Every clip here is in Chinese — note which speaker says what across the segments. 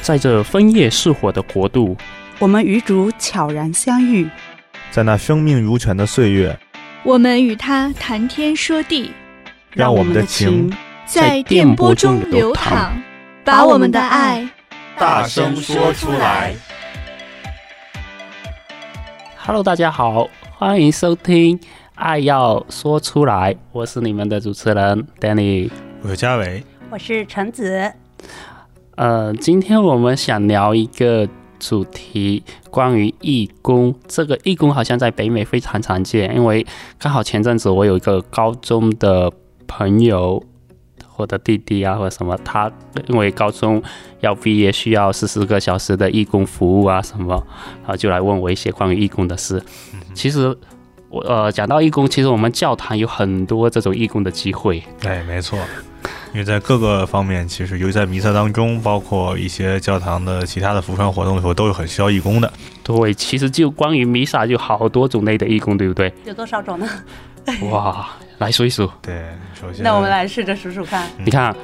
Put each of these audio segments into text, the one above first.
Speaker 1: 在这枫叶似火的国度，
Speaker 2: 我们与主悄然相遇，
Speaker 3: 在那生命如泉的岁月，
Speaker 4: 我们与他谈天说地，
Speaker 3: 让我们的情
Speaker 4: 在电波中流淌，把我们的爱
Speaker 5: 大声说出来。
Speaker 1: Hello，大家好，欢迎收听《爱要说出来》，我是你们的主持人 Danny。
Speaker 5: 我是嘉伟，
Speaker 6: 我是橙子，
Speaker 1: 呃，今天我们想聊一个主题，关于义工。这个义工好像在北美非常常见，因为刚好前阵子我有一个高中的朋友，或者弟弟啊，或者什么，他因为高中要毕业，需要四十个小时的义工服务啊什么，然后就来问我一些关于义工的事。其实我呃讲到义工，其实我们教堂有很多这种义工的机会。
Speaker 5: 哎，没错，因为在各个方面，其实尤其在弥撒当中，包括一些教堂的其他的服传活动的时候，都是很需要义工的。
Speaker 1: 对，其实就关于弥撒就好多种类的义工，对不对？
Speaker 6: 有多少种呢？
Speaker 1: 哇，来数一数，
Speaker 5: 对，首先，
Speaker 6: 那我们来试着数数看。
Speaker 5: 嗯
Speaker 1: 你看，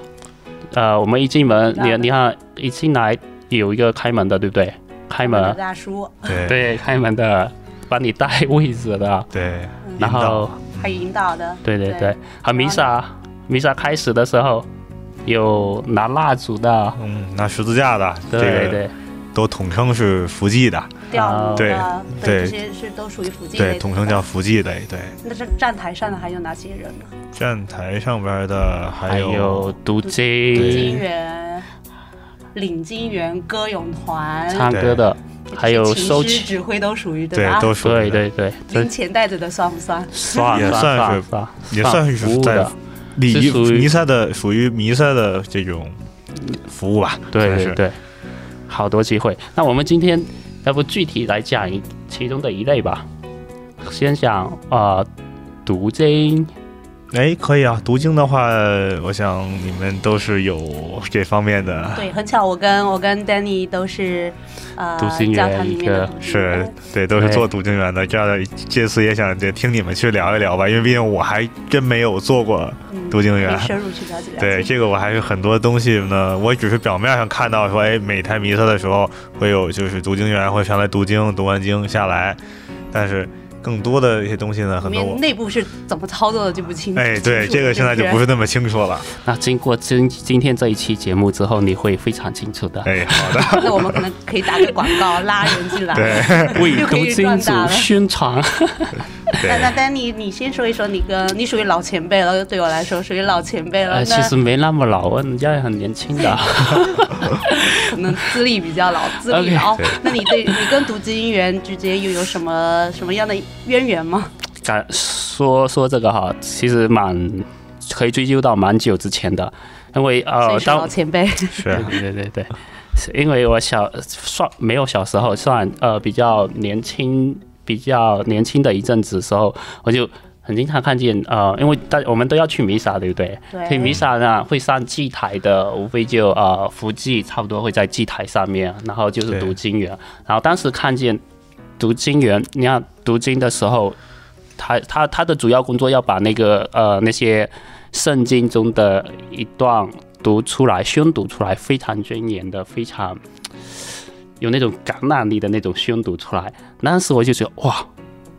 Speaker 1: 呃，我们一进门，你你看一进来有一个开门的，对不对？开
Speaker 6: 我们的
Speaker 1: 门，
Speaker 6: 大叔，
Speaker 5: 对对
Speaker 1: 对，开门的，帮你带位置的，
Speaker 5: 对，
Speaker 6: 嗯
Speaker 5: 引
Speaker 1: 然
Speaker 5: 导
Speaker 1: 后，
Speaker 6: 还有引导的，
Speaker 1: 对对
Speaker 6: 对
Speaker 1: 嗯对，和弥撒，弥撒开始的时候有拿蜡烛的，
Speaker 5: 嗯，拿十字架的，
Speaker 1: 对
Speaker 5: 这个
Speaker 1: 对
Speaker 5: 都统称是伏祭的，
Speaker 6: 钓鱼
Speaker 5: 啊
Speaker 6: 的，
Speaker 5: 对
Speaker 6: 哦这些是都属于附近类
Speaker 5: 对，
Speaker 6: 的
Speaker 5: 统称叫。伏祭类。对，
Speaker 6: 那这站台上的还有哪些人呢？
Speaker 5: 站台上边的还
Speaker 1: 还有读
Speaker 6: 金
Speaker 1: 经、
Speaker 6: 源、领金源、歌咏团，
Speaker 1: 唱歌的，还有
Speaker 6: 这些
Speaker 1: 收
Speaker 6: 琴师、
Speaker 1: 钱，
Speaker 6: 指挥都属于
Speaker 5: 对
Speaker 6: 吧？，
Speaker 5: 都属
Speaker 1: 对
Speaker 5: 于
Speaker 1: 对
Speaker 5: 的
Speaker 1: 对，这
Speaker 6: 零钱袋子的算不算？
Speaker 1: 算
Speaker 5: 也算是
Speaker 1: 算
Speaker 5: 也算是
Speaker 1: 服务
Speaker 5: 在
Speaker 1: 的，
Speaker 5: 礼
Speaker 1: 是
Speaker 5: 仪
Speaker 1: 属于
Speaker 5: 弥撒的，属于弥撒的这种服务吧。
Speaker 1: 对
Speaker 5: 算
Speaker 1: 对
Speaker 5: 是
Speaker 1: 对，好多机会。那我们今天要不具体来讲一其中的一类吧，先讲啊、呃，读经，
Speaker 5: 哎，可以啊，读经的话，我想你们都是有这方面的，
Speaker 6: 对，很巧，我跟我跟 Danny 都是，呃
Speaker 1: 读经，
Speaker 6: 教
Speaker 1: 员
Speaker 6: 堂里
Speaker 1: 一
Speaker 6: 面的
Speaker 1: 个
Speaker 6: 读经
Speaker 5: 是
Speaker 6: 人
Speaker 5: 对，都是
Speaker 1: 对
Speaker 5: 做读经员的。这样的，这次也想就听你们去聊一聊吧，因为毕竟我还真没有做过。
Speaker 6: 嗯
Speaker 5: 读经员
Speaker 6: 可以深入去了解了解。
Speaker 5: 对，这个我还是很多东西呢，我只是表面上看到说，哎，每台弥撒的时候会有就是读经员会上来读经，读完经下来，但是更多的一些东西呢，
Speaker 6: 里
Speaker 5: 很多
Speaker 6: 面
Speaker 5: 我。
Speaker 6: 内部是怎么操作的就不清楚。
Speaker 5: 哎，对，
Speaker 6: 清楚
Speaker 5: 这个现在就不
Speaker 6: 是
Speaker 5: 是那么清楚了。
Speaker 1: 那经过今今天这一期节目之后，你会非常清楚的。
Speaker 5: 哎，好 的，
Speaker 6: 不是。那我们可能可以打个广告，拉人进来。
Speaker 5: 对
Speaker 1: 为
Speaker 6: 又可
Speaker 1: 读
Speaker 6: 以
Speaker 1: 经
Speaker 6: 赚
Speaker 1: 组
Speaker 6: 大了
Speaker 1: 宣传，
Speaker 6: 那那
Speaker 5: 对，
Speaker 6: 丹尼，你先说一说你跟你属于老前辈了，对我来说属于老前辈了。
Speaker 1: 呃，其实
Speaker 6: 那
Speaker 1: 没那么老，人家也很年轻的。
Speaker 6: 可能资历比较老，资
Speaker 1: OK
Speaker 6: 历老
Speaker 5: 对。
Speaker 6: 那你对你跟读经员之间又有什么什么样的渊源吗？
Speaker 1: 敢说说这个哈，其实蛮可以追究到蛮久之前的，因为
Speaker 6: 所
Speaker 1: 呃
Speaker 6: 以，是
Speaker 1: 当
Speaker 6: 老前辈。
Speaker 5: 是
Speaker 1: 对对对对，是因为我小算没有小时候算呃比较年轻，比较年轻的一阵子的时候，我就很经常看见呃，因为大我们都要去弥撒，对不对？
Speaker 6: 对
Speaker 1: 所以弥撒呢会上祭台的，无非就呃伏祭，差不多会在祭台上面，然后就是
Speaker 5: 对
Speaker 1: 读经员，然后当时看见读经员，你看读经的时候，他他他的主要工作要把那个呃那些圣经中的一段读出来，宣读出来，非常庄严的，非常有那种感染力的那种宣读出来。当时我就觉得哇，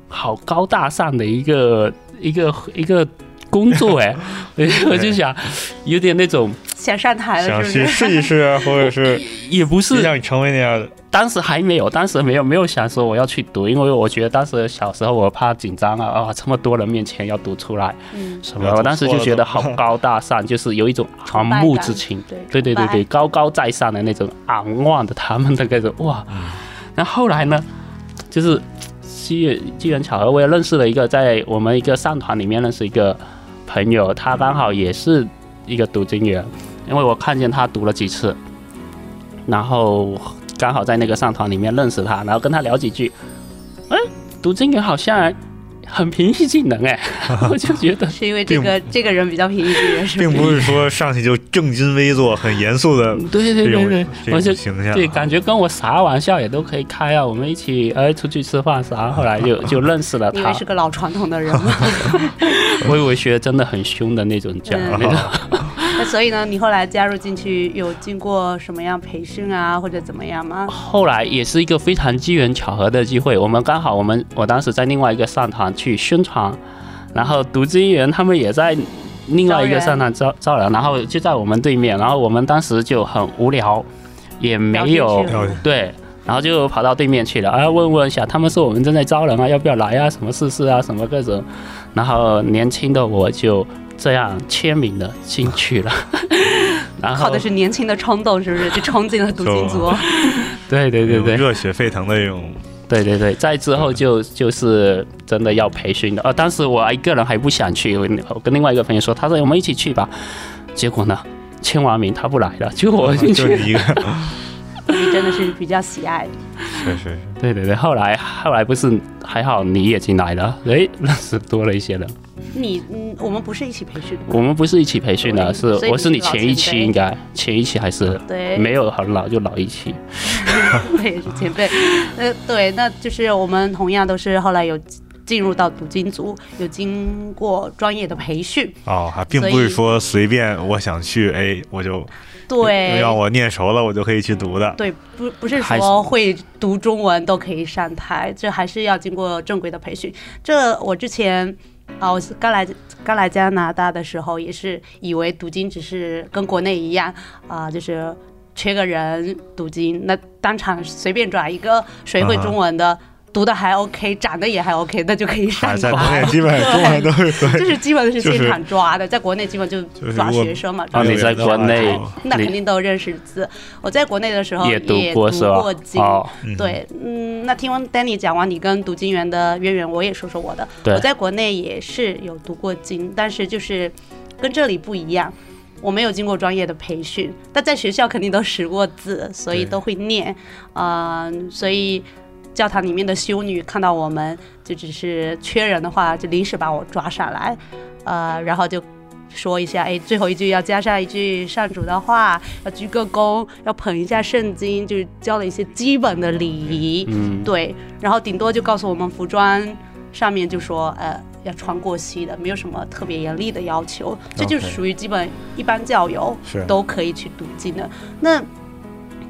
Speaker 1: 好高大上的一个一个一个工作哎， 我就想有点那种
Speaker 6: 想上台了
Speaker 5: 想
Speaker 6: 是
Speaker 5: 去
Speaker 6: 不是？
Speaker 5: 试一试啊，或者是
Speaker 1: 也不是
Speaker 5: 就像你成为那样的，
Speaker 1: 当时还没有，当时没有没有想说我要去读，因为我觉得当时小时候我怕紧张啊啊，这么多人面前要读出来
Speaker 6: 嗯，
Speaker 1: 什
Speaker 5: 要
Speaker 1: 么，
Speaker 5: 读
Speaker 1: 我当时
Speaker 5: 错
Speaker 1: 就
Speaker 5: 了
Speaker 1: 觉得
Speaker 5: 怎么
Speaker 1: 好
Speaker 5: 办
Speaker 1: 高大 上，就是有一种
Speaker 6: 崇
Speaker 1: 仰
Speaker 6: 拜
Speaker 1: 慕
Speaker 6: 感
Speaker 1: 之情，
Speaker 6: 对
Speaker 1: 对对对
Speaker 6: 崇拜
Speaker 1: 对，高高在上的那种昂望的他们的那种哇。那后来呢，就是机缘机缘巧合，我也认识了一个在我们一个上团里面认识一个朋友，他刚好也是一个读经员，因为我看见他读了几次，然后刚好在那个上团里面认识他，然后跟他聊几句，哎，读经员好像很平易近人哎， 我就觉得
Speaker 6: 是因为这个这个人比较平易近人，是
Speaker 5: 并
Speaker 6: 不
Speaker 5: 不
Speaker 6: 是？
Speaker 5: 是说上去就正襟危坐、很严肃的
Speaker 1: 对对
Speaker 5: 这种
Speaker 1: 对
Speaker 5: 这
Speaker 1: 对，我
Speaker 5: 种
Speaker 1: 就
Speaker 5: 形象啊，
Speaker 1: 对，感觉跟我啥玩笑也都可以开啊，我们一起哎出去吃饭啥，后来就就认识了
Speaker 6: 你以为
Speaker 1: 他
Speaker 6: 是。个老传统的人吗？
Speaker 1: 我以为学得真的很凶的那种讲
Speaker 6: 嗯
Speaker 5: 啊
Speaker 1: 那种，
Speaker 6: 那所以呢，你后来加入进去有经过什么样培训啊，或者怎么 样吗？
Speaker 1: 后来也是一个非常机缘巧合的机会，我们刚好我们我当时在另外一个社团去宣传，然后读经人他们也在另外一个社团招招人，然后就在我们对面，然后我们当时就很无聊，也没有
Speaker 6: 聊天去了
Speaker 1: 对。然后就跑到对面去了，啊，问问一下，他们说我们正在招人啊，要不要来啊？什么试试啊？什么各种。然后年轻的我就这样签名了进去了，然后
Speaker 6: 靠的是年轻的冲动，是不是就冲进了读经组？
Speaker 1: 对 对对对
Speaker 5: 热血沸腾的一种，
Speaker 1: 对对对，在之后就就是真的要培训的。呃，当时我一个人还不想去，我我跟另外一个朋友说，他说我们一起去吧。结果呢，签完名他不来了，结果 我进
Speaker 5: 啊就
Speaker 1: 去。
Speaker 5: 你一个，
Speaker 6: 你真的是比较喜爱。
Speaker 5: 是是是，
Speaker 1: 对对对，后来后来不是还好你也进来了，诶，那是多了一些人。
Speaker 6: 你嗯，我们不是一起培训的吗，
Speaker 1: 我们不是一起培训的，是
Speaker 6: 所以所以
Speaker 1: 我是
Speaker 6: 你
Speaker 1: 你
Speaker 6: 是老
Speaker 1: 前一期
Speaker 6: 前辈
Speaker 1: 应该前一期还是
Speaker 6: 对，
Speaker 1: 没有很老就老一期。
Speaker 6: 对，也是前辈。呃，对，那就是我们同样都是后来有进入到读经组，有经过专业的培训。
Speaker 5: 哦，还并
Speaker 6: 所以
Speaker 5: 不是说随便我想去，哎，我就
Speaker 6: 对，
Speaker 5: 让我念熟了，我就可以去读的。
Speaker 6: 对，不不是
Speaker 1: 还
Speaker 6: 说会读中文都可以上台，这还是要经过正规的培训。这我之前啊，我是刚来刚来加拿大的时候，也是以为读经只是跟国内一样啊、就是缺个人读经，那当场随便转一个谁会
Speaker 5: 啊
Speaker 6: 中文的。读的还 OK，长得也还 OK，那就可以
Speaker 5: 还
Speaker 6: 上
Speaker 5: 哎啊在国
Speaker 6: 台。
Speaker 5: 内基本上中文都是
Speaker 6: 这是基本是
Speaker 5: 就是
Speaker 6: 现场抓的，在国内基本就
Speaker 5: 就是
Speaker 6: 抓
Speaker 5: 如果
Speaker 6: 学生嘛。
Speaker 1: 啊
Speaker 6: 抓
Speaker 1: 你在
Speaker 5: 有人的
Speaker 1: 国
Speaker 5: 话
Speaker 1: 内
Speaker 5: 就
Speaker 6: 那
Speaker 1: 你
Speaker 6: 肯定都认识字。我在国内的时候
Speaker 1: 也读
Speaker 6: 读
Speaker 1: 过是吧
Speaker 6: 过经，？
Speaker 1: 哦，
Speaker 5: 嗯
Speaker 6: 对，嗯，那听完 Danny 讲完你跟读经员的渊源，我也说说我的。
Speaker 1: 对
Speaker 6: 我在国内也是有读过经，但是就是跟这里不一样，我没有经过专业的培训，但在学校肯定都识过字，所以
Speaker 5: 对
Speaker 6: 都会念。嗯、所以教堂里面的修女看到我们就只是缺人的话，就临时把我抓上来，呃，然后就。说一下，哎，最后一句要加上一句上主的话，要鞠个躬，要捧一下圣经，就是教了一些基本的礼仪。
Speaker 1: 嗯，
Speaker 6: 对，然后顶多就告诉我们服装上面就说呃要穿过膝的，没有什么特别严厉的要求，这就是
Speaker 5: OK
Speaker 6: 属于基本一般教友
Speaker 5: 是
Speaker 6: 都可以去读经的。那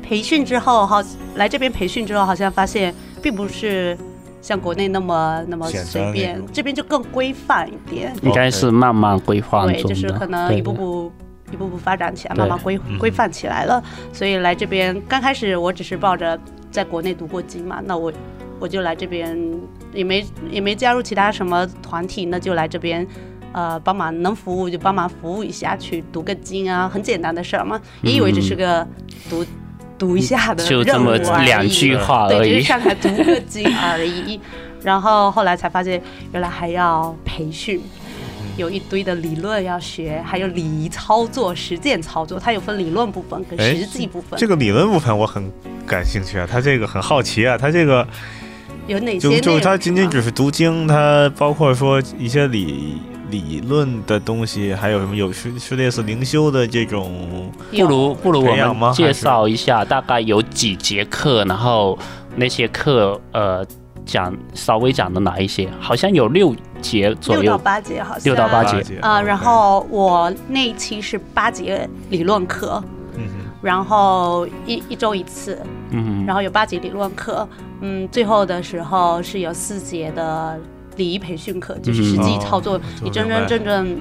Speaker 6: 培训之后，好来这边培训之后，好像发现并不是。像国内那么那么
Speaker 5: 简单
Speaker 6: 随
Speaker 5: 那
Speaker 6: 便
Speaker 5: 种，
Speaker 6: 这边就更规范一点，
Speaker 1: 应该是慢慢规划
Speaker 6: 对，
Speaker 1: 中
Speaker 6: 就是
Speaker 1: 的，
Speaker 6: 可能
Speaker 1: 对
Speaker 6: 一步步一步步发展起来，
Speaker 1: 对
Speaker 6: 慢慢规
Speaker 5: 嗯
Speaker 6: 规范起来了。所以来这边刚开始我只是抱着在国内读过经嘛，那我我就来这边也没也没加入其他什么团体，那就来这边。呃，帮忙能服务就帮忙服务一下，去读个经啊，很简单的事儿嘛。也以为只是个读、读一下的
Speaker 1: 嗯就这么
Speaker 6: 任务而已
Speaker 1: 两句话而
Speaker 6: 对，只是
Speaker 1: 已。
Speaker 6: 上台 读个经而已。然后后来才发现，原来还要培训，
Speaker 1: 嗯
Speaker 6: 有一堆的理论要学，还有礼仪操作、实践操作，它有分理论部分跟
Speaker 5: 哎
Speaker 6: 实际部分，
Speaker 5: 这个理论部分我很感兴趣啊，他这个很好奇啊，他这个
Speaker 6: 有哪些
Speaker 5: 就
Speaker 6: 内
Speaker 5: 就
Speaker 6: 容？
Speaker 5: 是它仅仅只是读经，它包括说一些理理论的东西，还有什么有是是类似灵修的这种
Speaker 1: 不如不如我
Speaker 5: 培养
Speaker 1: 们
Speaker 5: 吗
Speaker 1: 介绍一下，大概有几节课，然后那些课呃讲稍微讲的哪一些？好像有六节左
Speaker 6: 六
Speaker 1: 右。
Speaker 6: 到八节好像
Speaker 1: 六到八节嗯
Speaker 5: 节
Speaker 6: 啊、然后我那一期是八节理论课，
Speaker 5: 嗯哼
Speaker 6: 然后一一周一次，
Speaker 1: 嗯，
Speaker 6: 然后有八节理论课，嗯，最后的时候是有四节的礼仪培训课，就是实际
Speaker 5: 嗯
Speaker 6: 操作，
Speaker 5: 哦
Speaker 6: 你
Speaker 5: 就
Speaker 6: 真
Speaker 5: 明白
Speaker 6: 真正正，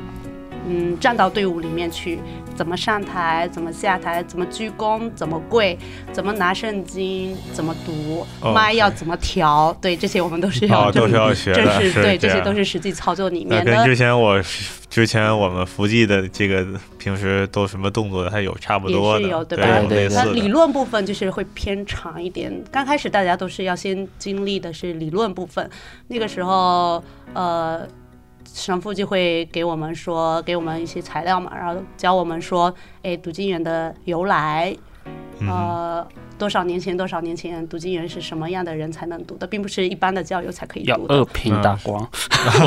Speaker 6: 嗯，站到队伍里面去，怎么上台，怎么下台，怎么鞠躬，怎么跪，怎么拿圣经，怎么读，
Speaker 5: 哦
Speaker 6: 麦要
Speaker 5: OK
Speaker 6: 怎么调，对，这些我们都是要
Speaker 5: 哦，都
Speaker 6: 正
Speaker 5: 是要学
Speaker 6: 正
Speaker 5: 的，
Speaker 6: 式，对，
Speaker 5: 这
Speaker 6: 这些
Speaker 5: 样
Speaker 6: 都。是实际操作里
Speaker 5: 那
Speaker 6: 面
Speaker 5: 跟
Speaker 6: 的
Speaker 5: 之前我之前我们伏击的这个平时都什么动作，它有差不多
Speaker 6: 也
Speaker 5: 的，
Speaker 6: 是有，对吧？
Speaker 5: 有
Speaker 1: 对
Speaker 5: 类
Speaker 1: 对
Speaker 6: 那
Speaker 5: 似
Speaker 6: 理
Speaker 5: 的。
Speaker 6: 论部分就是会偏长一点。刚开始大家都是要先经历的是理论部分，那个时候呃，神父就会给我们说，给我们一些材料嘛，然后教我们说，哎，读经员的由来，
Speaker 5: 嗯哼，
Speaker 6: 呃。多少年前，多少年前，读经员是什么样的人才能读的，并不是一般的教友才可以
Speaker 1: 要
Speaker 6: 读的。
Speaker 1: 二品大光，
Speaker 5: 嗯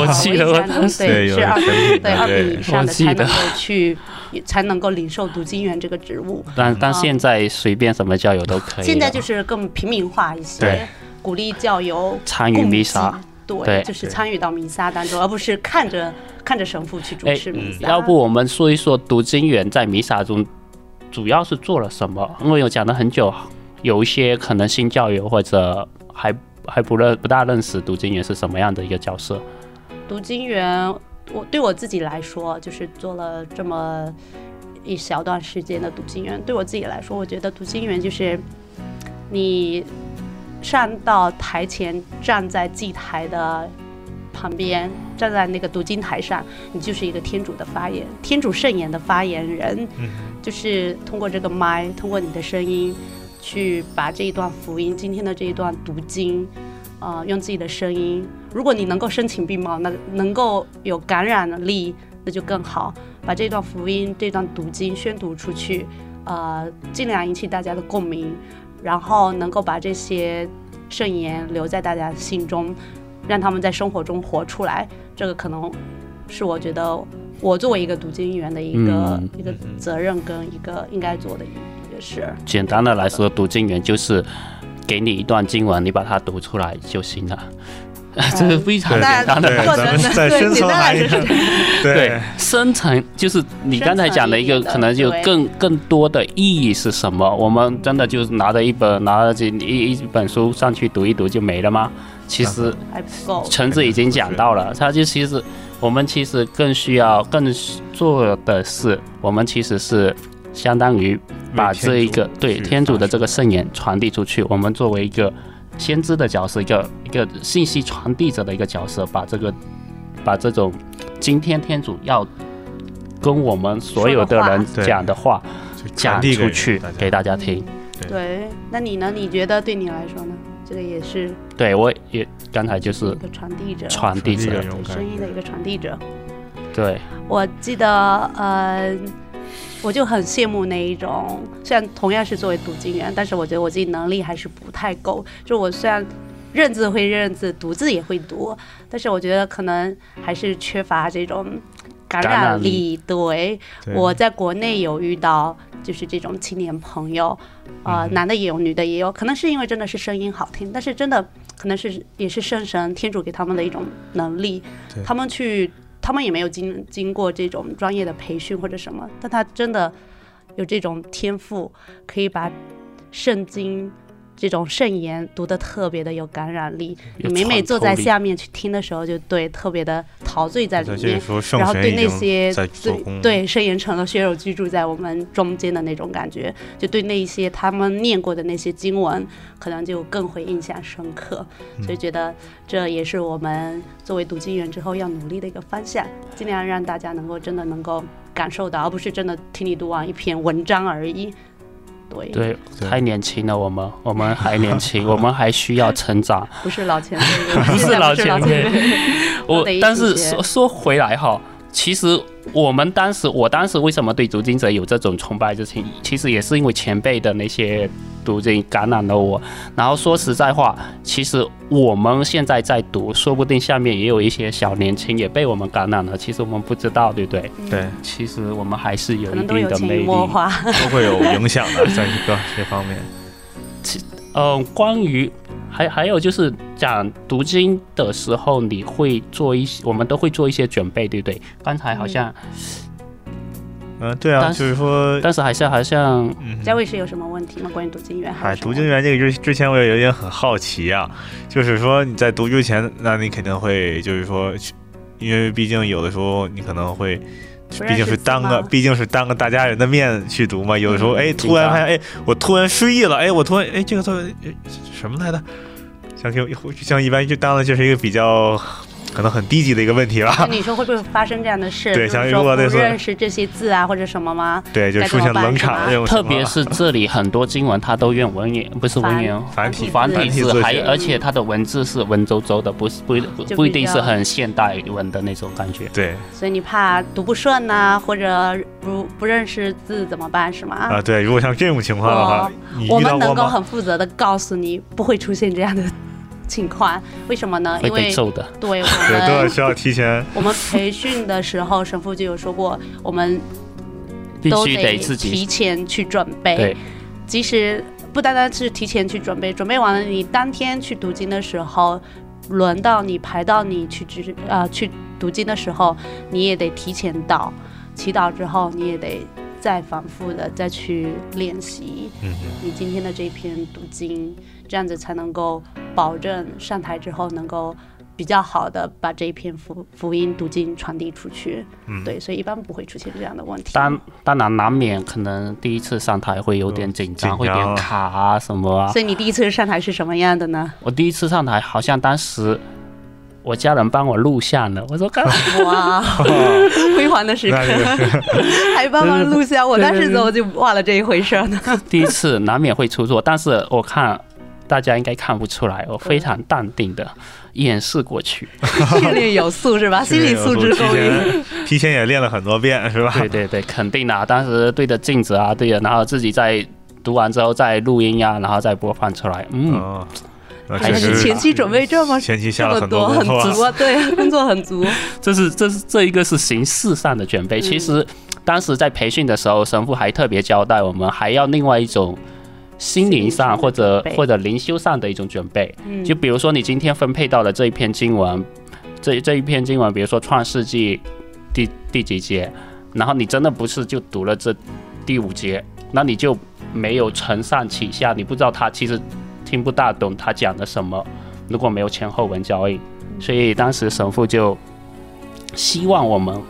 Speaker 1: 我记得
Speaker 6: 我
Speaker 1: 我
Speaker 6: 印象中
Speaker 1: 当时
Speaker 6: 对，
Speaker 5: 有
Speaker 6: 是二
Speaker 5: 神秘
Speaker 6: 对
Speaker 5: 的
Speaker 6: 二品以
Speaker 5: 对，
Speaker 6: 上的
Speaker 1: 我记
Speaker 6: 才
Speaker 1: 得
Speaker 6: 能够去，才能够领受读经员这个职务。
Speaker 1: 但但现在随便什么教友都可以了。
Speaker 6: 现在就是更平民化一些
Speaker 5: 对，
Speaker 6: 鼓励教友
Speaker 1: 参与弥撒
Speaker 6: 共济，
Speaker 1: 对
Speaker 6: 对，就是
Speaker 5: 对
Speaker 6: 参与到弥撒当中，而不是看着看着神父去主
Speaker 1: 哎
Speaker 6: 持弥撒。
Speaker 1: 要不我们说一说读经员在弥撒中主要是做了什么？因为有讲了很久，有一些可能新教友或者还还不认不大认识读经员是什么样的一个角色。
Speaker 6: 读经员，我对我自己来说，就是做了这么一小段时间的读经员，对我自己来说，我觉得读经员就是你上到台前，站在祭台的旁边，站在那个读经台上，你就是一个天主的发言，天主圣言的发言人，
Speaker 5: 嗯
Speaker 6: 就是通过这个麦，通过你的声音，去把这一段福音，今天的这一段读经。呃，用自己的声音。如果你能够声情并茂，那能够有感染力，那就更好。把这段福音、这段读经宣读出去，呃，尽量引起大家的共鸣，然后能够把这些圣言留在大家心中，让他们在生活中活出来。这个可能是我觉得我作为一个读经员的一个、
Speaker 1: 嗯
Speaker 6: 一个
Speaker 5: 嗯嗯
Speaker 6: 责任跟一个应该做的一个事儿。
Speaker 1: 简单的来说，读经员就是给你一段经文，你把它读出来就行了。 这
Speaker 6: 嗯
Speaker 1: 是非常
Speaker 5: 对
Speaker 1: 简单的
Speaker 5: 对
Speaker 1: 来
Speaker 6: 做
Speaker 1: 说。
Speaker 5: 咱
Speaker 6: 成
Speaker 5: 们再
Speaker 6: 对
Speaker 5: 深
Speaker 6: 简
Speaker 5: 层
Speaker 6: 单
Speaker 5: 来一
Speaker 6: 来说
Speaker 5: 下
Speaker 6: 是这 样
Speaker 1: 对，深层就是你刚才讲的一个，
Speaker 6: 深层一点的
Speaker 1: 可能就
Speaker 6: 对
Speaker 1: 更更多的意义是什么？我们真的就是拿着一本拿着这一一本书上去读一读就没了吗？其实
Speaker 6: 还不够。
Speaker 1: 橙子已经讲到了，他就其实我们其实更需要更需做的是，我们其实是相当于把这一个对天主的这个圣言传递出去。我们作为一个先知的角色，一个一个信息传递者的一个角色，把这个把这种今天天主要跟我们所有的
Speaker 6: 说的话
Speaker 1: 人
Speaker 5: 对
Speaker 1: 讲的话
Speaker 5: 就传
Speaker 1: 讲
Speaker 5: 递
Speaker 1: 出去给
Speaker 5: 大
Speaker 1: 大家听。
Speaker 6: 对，那你呢？你觉得对你来说呢？这个也是
Speaker 1: 对我也刚才就是
Speaker 6: 一个传递者，
Speaker 1: 传递
Speaker 5: 传
Speaker 1: 者
Speaker 5: 递，这种
Speaker 6: 对
Speaker 5: 感
Speaker 6: 声音的一个传递者。
Speaker 1: 对，
Speaker 6: 我记得，呃，我就很羡慕那一种，虽然同样是作为读经员，但是我觉得我自己能力还是不太够。就我虽然认字会认字，读字也会读，但是我觉得可能还是缺乏这种感
Speaker 1: 感染
Speaker 6: 染
Speaker 1: 力
Speaker 6: 力。对，
Speaker 5: 对
Speaker 6: 我在国内有遇到，就是这种青年朋友，呃，
Speaker 5: 嗯
Speaker 6: 男的也有，女的也有，可能是因为真的是声音好听，但是真的可能是也是圣神天主给他们的一种能力
Speaker 5: 对，
Speaker 6: 他们去，他们也没有经经过这种专业的培训或者什么，但他真的有这种天赋，可以把圣经。这种圣言读得特别的有感染力，
Speaker 1: 有
Speaker 6: 你每每
Speaker 1: 穿
Speaker 6: 坐
Speaker 1: 透
Speaker 6: 在
Speaker 1: 力
Speaker 6: 下面去听的时候，就对特别的陶醉在
Speaker 5: 对
Speaker 6: 里
Speaker 5: 这
Speaker 6: 面
Speaker 5: 个。时候圣
Speaker 6: 然后
Speaker 5: 神
Speaker 6: 对
Speaker 5: 已
Speaker 6: 那
Speaker 5: 经
Speaker 6: 些
Speaker 5: 在
Speaker 6: 对
Speaker 5: 做工，
Speaker 6: 对圣言成了血肉居住在我们中间的那种感觉，就对那一些他们念过的那些经文，可能就更会印象深刻，所以觉得这也是我们作为读经员之后要努力的一个方向，尽量让大家能够真的能够感受到，而不是真的听你读完一篇文章而已。对，
Speaker 1: 对，
Speaker 5: 对
Speaker 1: 太年轻了，我们我们还年轻，我们还需要成长。
Speaker 6: 不是老前辈，
Speaker 1: 不是老前辈
Speaker 6: 现在不是老前辈，
Speaker 1: 我
Speaker 6: 得一
Speaker 1: 但
Speaker 6: 起
Speaker 1: 是
Speaker 6: 学
Speaker 1: 说说回来哈，其实我们当时，我当时为什么对读经者有这种崇拜之情，其实也是因为前辈的那些读经感染了我。然后说实在话，其实我们现在在读，说不定下面也有一些小年轻也被我们感染了，其实我们不知道，对不对？
Speaker 5: 对
Speaker 1: 其实我们还是有
Speaker 6: 可
Speaker 1: 一
Speaker 6: 能都
Speaker 1: 定
Speaker 6: 有
Speaker 1: 的
Speaker 6: 潜
Speaker 1: 魅
Speaker 6: 移
Speaker 1: 力。
Speaker 6: 默化。
Speaker 5: 都会有影响的，在这个这方面，
Speaker 1: 嗯，关于还还有就是讲读经的时候，你会做一些，我们都会做一些准备，对不对？刚才好像，
Speaker 5: 嗯，对啊，
Speaker 1: 但
Speaker 5: 就是说，
Speaker 1: 但是还是好像
Speaker 5: 嗯
Speaker 6: 嘉伟是有什么问题吗？关于读经员还
Speaker 5: 哎，
Speaker 6: 是什么？
Speaker 5: 读经员这个之之前我也有点很好奇啊，就是说你在读之前，那你肯定会就是说去，因为毕竟有的时候你可能会。
Speaker 6: 不认
Speaker 5: 毕竟
Speaker 6: 识
Speaker 5: 是
Speaker 6: 字
Speaker 5: 当个，
Speaker 6: 吗嗯
Speaker 5: 毕竟是当个大家人的面去读嘛。有的时候，哎，
Speaker 1: 紧
Speaker 5: 突然
Speaker 1: 张
Speaker 5: 发现，哎，我突然失忆了，哎，我突然，哎，这个作文哎什么来的？像就像一般就当的就是一个比较可能很低级的一个问题
Speaker 6: 那
Speaker 5: 吧。
Speaker 6: 你说会不会发生这样的事？
Speaker 5: 对
Speaker 6: 就是
Speaker 5: 像
Speaker 6: 说
Speaker 5: 如果类
Speaker 6: 不
Speaker 5: 似
Speaker 6: 认识这些字啊，或者什么吗？
Speaker 5: 对，就
Speaker 6: 该
Speaker 5: 出
Speaker 6: 怎么
Speaker 5: 现
Speaker 6: 办
Speaker 5: 冷
Speaker 6: 是
Speaker 5: 场
Speaker 6: 吧
Speaker 5: 这种情
Speaker 1: 特
Speaker 5: 况啊，
Speaker 1: 别是这里很多经文它都用文言，不是文言哦，
Speaker 5: 繁体
Speaker 1: 繁
Speaker 5: 繁
Speaker 1: 体
Speaker 5: 体
Speaker 1: 字
Speaker 5: 字，
Speaker 1: 还
Speaker 5: 写
Speaker 1: 而且它的文字是文绉绉的，不是不不
Speaker 6: 就
Speaker 1: 不一
Speaker 6: 比
Speaker 1: 定
Speaker 6: 较
Speaker 1: 是很现代文的那种感觉。
Speaker 5: 对
Speaker 6: 所以你怕读不顺呐、或者不不认识字怎么办是吗？
Speaker 5: 啊，对，如果像这种情况的话
Speaker 6: 我，
Speaker 5: 你
Speaker 6: 我
Speaker 5: 遇到
Speaker 6: 们
Speaker 5: 过
Speaker 6: 能够
Speaker 5: 吗？
Speaker 6: 很负责的告诉你，不会出现这样的情况。为什么呢？
Speaker 1: 会
Speaker 6: 因
Speaker 1: 被
Speaker 6: 为
Speaker 1: 揍的，
Speaker 6: 对我
Speaker 5: 对，都要
Speaker 6: 们
Speaker 5: 需要提前
Speaker 6: 我们培训的时候，神父就有说过，我们
Speaker 1: 必
Speaker 6: 都
Speaker 1: 须得自
Speaker 6: 提
Speaker 1: 己
Speaker 6: 前去准备。
Speaker 1: 对
Speaker 6: 即使不单单是提前去准备，准备完了，你当天去读经的时候，轮到你排到你去执呃去读经的时候，你也得提前到，祈祷之后你也得再反复的再去练习
Speaker 5: 嗯
Speaker 6: 你今天的这篇读经，这样子才能够保证上台之后能够。比较好的把这一篇福福音读经传递出去，
Speaker 5: 嗯，
Speaker 6: 对，所以一般不会出现这样的问题。
Speaker 1: 当当然难免可能第一次上台会有点紧张，
Speaker 5: 紧
Speaker 1: 会有
Speaker 5: 张啊
Speaker 1: 点卡啊什么啊。
Speaker 6: 所以你第一次上台是什么样的呢？
Speaker 1: 我第一次上台，好像当时我家人帮我录像了，我说刚
Speaker 6: 哇， 辉煌的时刻
Speaker 5: 那，
Speaker 6: 还帮忙录像，我
Speaker 1: 对对
Speaker 6: 当时
Speaker 1: 对
Speaker 6: 怎么就忘了这一回事儿呢？
Speaker 1: 第一次难免会出错，但是我看大家应该看不出来，我非常淡定的掩饰过去。
Speaker 6: 训练有 素是吧？啊心理素质
Speaker 5: 提
Speaker 6: 够硬。
Speaker 5: 前提前也练了很多遍，是吧？
Speaker 1: 对对对，肯定的啊，当时对着镜子啊，对着，然后自己在读完之后再录音呀、然后再播放出来。嗯，
Speaker 5: 嗯，那
Speaker 1: 还
Speaker 5: 确
Speaker 1: 是
Speaker 5: 实
Speaker 6: 前期准备这么
Speaker 5: 前期
Speaker 6: 这
Speaker 5: 下了
Speaker 6: 么
Speaker 5: 很
Speaker 6: 多
Speaker 5: 功
Speaker 6: 很
Speaker 5: 夫啊，
Speaker 6: 足啊， 对，工作很足，
Speaker 1: 这是这是这一个是形式上的准备，其实当时在培训的时候，神父还特别交代我们还要另外一种。心灵上或者
Speaker 6: 心灵上的准备
Speaker 1: 或者灵修上的一种准备，
Speaker 6: 嗯
Speaker 1: 就比如说你今天分配到了这一篇经文，这这一篇经文，比如说创世纪第第几节，然后你真的不是就读了这第五节，那你就没有承上启下，你不知道他其实听不大懂他讲的什么，如果没有前后文交易，所以当时神父就希望我们，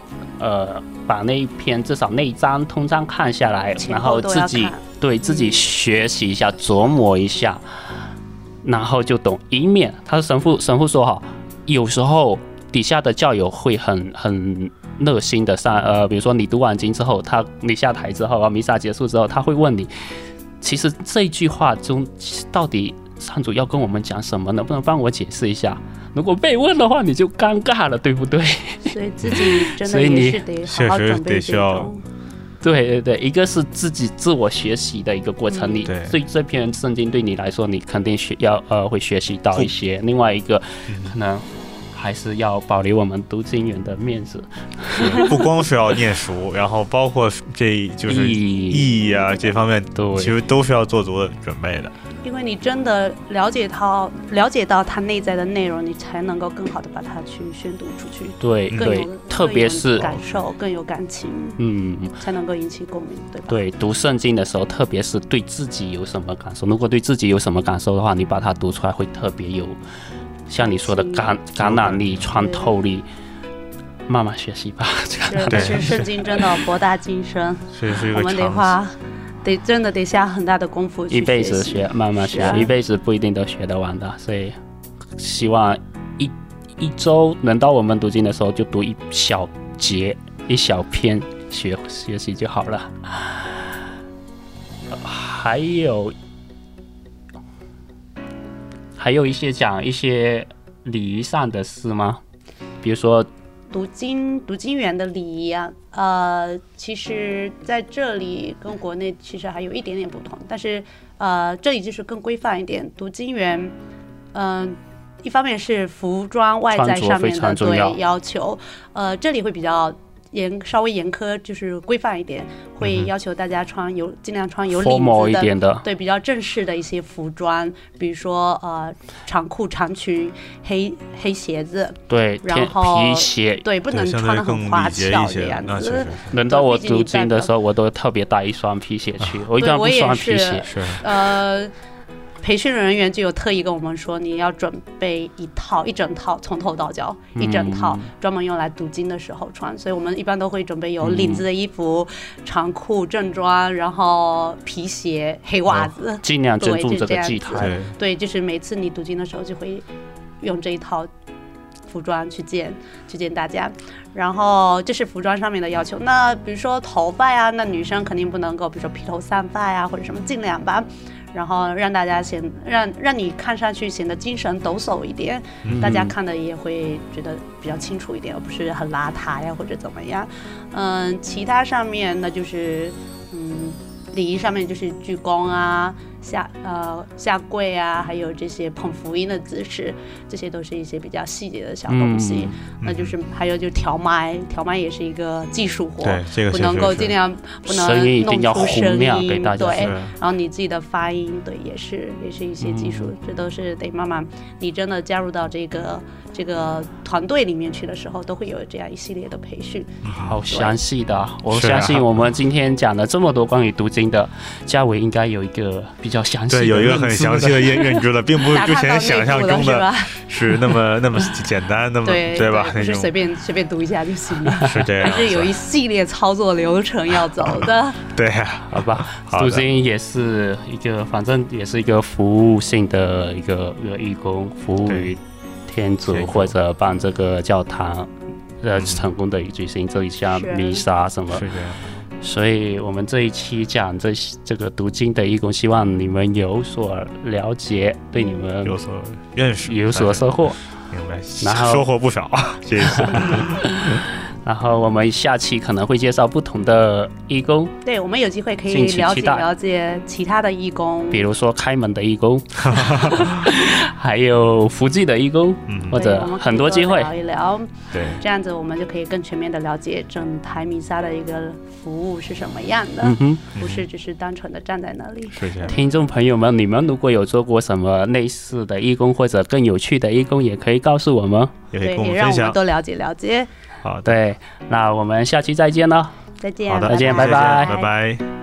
Speaker 1: 呃，把那一篇至少那一章通章看下来，
Speaker 6: 前
Speaker 1: 然
Speaker 6: 后
Speaker 1: 后
Speaker 6: 都
Speaker 1: 自
Speaker 6: 要
Speaker 1: 己
Speaker 6: 看
Speaker 1: 对自己学习一下，琢磨一下，然后就懂。以免他说神父神父说哈，有时候底下的教友会很很热心的上，呃，比如说你读完经之后，他你下台之后啊，弥撒结束之后，他会问你，其实这句话中到底上主要跟我们讲什么？能不能帮我解释一下？如果被问的话，你就尴尬了，对不对？
Speaker 6: 所以自己真
Speaker 1: 所
Speaker 6: 的
Speaker 1: 以你
Speaker 6: 也是得好好
Speaker 5: 确实
Speaker 6: 准备
Speaker 5: 得
Speaker 6: 这
Speaker 5: 需要
Speaker 6: 种。
Speaker 1: 对对对，一个是自己自我学习的一个过程，
Speaker 6: 嗯
Speaker 1: 你
Speaker 5: 对
Speaker 1: 对这篇圣经对你来说，你肯定学要呃会学习到一些。
Speaker 5: 嗯
Speaker 1: 另外一个可能还是要保留我们读经人的面子，
Speaker 5: 不光是要念书，然后包括这就是
Speaker 1: 义
Speaker 5: 意义啊这方面，
Speaker 1: 对
Speaker 5: 其实都是要做足准备的。
Speaker 6: 因为你真的了解到了解到它内在的内容，你才能够更好的把它去宣读出去，
Speaker 1: 对
Speaker 6: 更
Speaker 1: 对
Speaker 6: 有，
Speaker 1: 特别是
Speaker 6: 更有感受，更有感情，
Speaker 1: 嗯。
Speaker 6: 才能够引起共鸣，对吧？
Speaker 1: 对，读圣经的时候，特别是对自己有什么感受，如果对自己有什么感受的话，你把它读出来会特别有，像你说的
Speaker 6: 嗯
Speaker 1: 感感染力、穿透力。慢慢学习吧，
Speaker 6: 对，但是圣经真的博大 精深，
Speaker 5: 所以是一
Speaker 6: 我
Speaker 5: 个
Speaker 6: 们得
Speaker 5: 长
Speaker 6: 花，得真的得下很大的功夫去
Speaker 1: 一辈子
Speaker 6: 习
Speaker 1: 学，慢慢学
Speaker 6: 是，啊
Speaker 1: 一辈子不一定都学得完的。所以，希望一一周轮到我们读经的时候，就读一小节、一小篇，学学习就好了。还有还有一些讲一些礼仪上的事吗？比如说，
Speaker 6: 读经读经员的礼仪啊，呃，其实在这里跟国内其实还有一点点不同，但是呃，这里就是更规范一点。读经员，嗯、一方面是服装外在
Speaker 1: 穿着
Speaker 6: 上
Speaker 1: 非
Speaker 6: 面的
Speaker 1: 常重
Speaker 6: 对
Speaker 1: 要
Speaker 6: 要求，呃，这里会比较严，稍微严苛，就是规范一点，会要求大家穿有尽量穿有领
Speaker 1: 嗯 formal
Speaker 6: 子
Speaker 1: 一
Speaker 6: 的
Speaker 1: 点的，
Speaker 6: 对比较正式的一些服装，比如说呃长裤、长裙、黑黑鞋子，
Speaker 1: 对，
Speaker 6: 然
Speaker 1: 天
Speaker 6: 后
Speaker 1: 皮鞋。
Speaker 6: 对，不
Speaker 5: 对，
Speaker 6: 能
Speaker 5: 相
Speaker 6: 穿
Speaker 5: 对
Speaker 6: 的
Speaker 5: 更
Speaker 6: 很花
Speaker 5: 礼节一
Speaker 6: 俏的
Speaker 5: 些
Speaker 6: 样，
Speaker 5: 那确
Speaker 6: 子
Speaker 5: 实。
Speaker 1: 轮到我读
Speaker 6: 毕竟
Speaker 1: 经
Speaker 6: 你
Speaker 1: 的
Speaker 6: 代
Speaker 1: 时候，我都特别带一双皮鞋去，我一
Speaker 6: 啊对
Speaker 1: 般不
Speaker 6: 我也
Speaker 1: 穿皮
Speaker 6: 是
Speaker 1: 鞋。
Speaker 5: 是
Speaker 6: 呃，培训人员就有特意跟我们说，你要准备一套一整套，从头到脚一整套，
Speaker 5: 嗯
Speaker 6: 专门用来读经的时候穿。所以我们一般都会准备有
Speaker 5: 嗯
Speaker 6: 领子的衣服、长裤、正装，然后皮鞋、黑袜
Speaker 5: 哦
Speaker 6: 子。
Speaker 1: 尽量尊重这
Speaker 6: 对就
Speaker 1: 个
Speaker 6: 这样
Speaker 1: 祭
Speaker 6: 子
Speaker 1: 坛。
Speaker 5: 对，
Speaker 6: 对，就是每次你读经的时候就会用这一套服装去见去见大家，然后这是服装上面的要求。那比如说头发呀，那女生肯定不能够，比如说披头散发呀或者什么，尽量吧。然后让大家显让让你看上去显得精神抖擞一点，
Speaker 1: 嗯
Speaker 6: 大家看的也会觉得比较清楚一点，而不是很邋遢呀或者怎么样。嗯，其他上面那就是嗯礼仪上面就是鞠躬啊，下呃下跪啊，还有这些捧福音的姿势，这些都是一些比较细节的小东
Speaker 1: 嗯
Speaker 6: 西。那就是还有就是调麦，调麦也是一个技术活，
Speaker 5: 对这个
Speaker 6: 不
Speaker 5: 确
Speaker 6: 能
Speaker 5: 实
Speaker 6: 够
Speaker 5: 是
Speaker 6: 尽量哎不能
Speaker 1: 声音一定
Speaker 6: 弄
Speaker 1: 要
Speaker 6: 出
Speaker 1: 洪
Speaker 6: 声
Speaker 1: 亮给
Speaker 6: 音
Speaker 1: 大家
Speaker 6: 对
Speaker 5: 是，
Speaker 6: 然后你自己的发音，对，也是也是一些技
Speaker 5: 嗯
Speaker 6: 术，这都是得慢慢，你真的加入到这个这个团队里面去的时候，都会有这样一系列的培训。
Speaker 1: 好详细的啊，我
Speaker 5: 是啊
Speaker 1: 相信我们今天讲了这么多关于读经的，嘉伟应该有一个比较详细的
Speaker 5: 对，有一个很
Speaker 1: 认知
Speaker 5: 详细的认认知了，并不是
Speaker 6: 打
Speaker 5: 之
Speaker 6: 卡到
Speaker 5: 前想象
Speaker 6: 内部了
Speaker 5: 中
Speaker 6: 是
Speaker 5: 的
Speaker 6: 吧？
Speaker 5: 是那么那么简单，那么
Speaker 6: 对
Speaker 5: 吧？
Speaker 6: 不
Speaker 5: 那
Speaker 6: 是
Speaker 5: 种啊
Speaker 6: 随便随便读一下就 行了，
Speaker 5: 是这样
Speaker 6: 还
Speaker 5: 子，
Speaker 6: 是有一系列操作流程要走的。
Speaker 5: 对啊呀，
Speaker 1: 好吧，
Speaker 5: 好的
Speaker 1: 读经也是一个，反正也是一个服务性的一个一个义工，服务于天主
Speaker 5: 天主
Speaker 1: 或者帮这个教堂呃
Speaker 5: 嗯
Speaker 1: 成功的举行这一项
Speaker 6: 是
Speaker 1: 弥撒什么。
Speaker 5: 是这样。
Speaker 1: 所以我们这一期讲这这个读经的义工，希望你们有所了解，对你们
Speaker 5: 有所认识，
Speaker 1: 有所收获。
Speaker 5: 明白，
Speaker 1: 然后
Speaker 5: 收获不少。 这一 次
Speaker 1: 然后我们下期可能会介绍不同的义工，
Speaker 6: 对，我们有机会可以
Speaker 1: 敬请
Speaker 6: 了
Speaker 1: 期
Speaker 6: 解
Speaker 1: 待
Speaker 6: 了解其他的义工，
Speaker 1: 比如说开门的义 工，还有福记的义工，
Speaker 5: 嗯
Speaker 1: 或
Speaker 6: 对
Speaker 1: 者
Speaker 6: 我们可以
Speaker 1: 很多机会
Speaker 6: 聊一聊，
Speaker 5: 对，
Speaker 6: 这样子我们就可以更全面的了解整台弥撒的一个服务是什么样的，
Speaker 1: 嗯哼。
Speaker 5: 嗯
Speaker 6: 不是只是单纯的站在那里。
Speaker 5: 是这样。
Speaker 1: 听众朋友们，你们如果有做过什么类似的义工或者更有趣的义工，也可以告诉我们。
Speaker 5: 也可以
Speaker 6: 对，
Speaker 5: 跟
Speaker 6: 也
Speaker 5: 们
Speaker 6: 让
Speaker 5: 分
Speaker 6: 我们
Speaker 5: 享。
Speaker 6: 多了解了解。
Speaker 5: 好的，
Speaker 1: 对，那我们下期再见了。
Speaker 6: 再见，
Speaker 5: 好的，
Speaker 1: 再见拜
Speaker 5: 谢谢
Speaker 1: 拜
Speaker 5: 拜拜。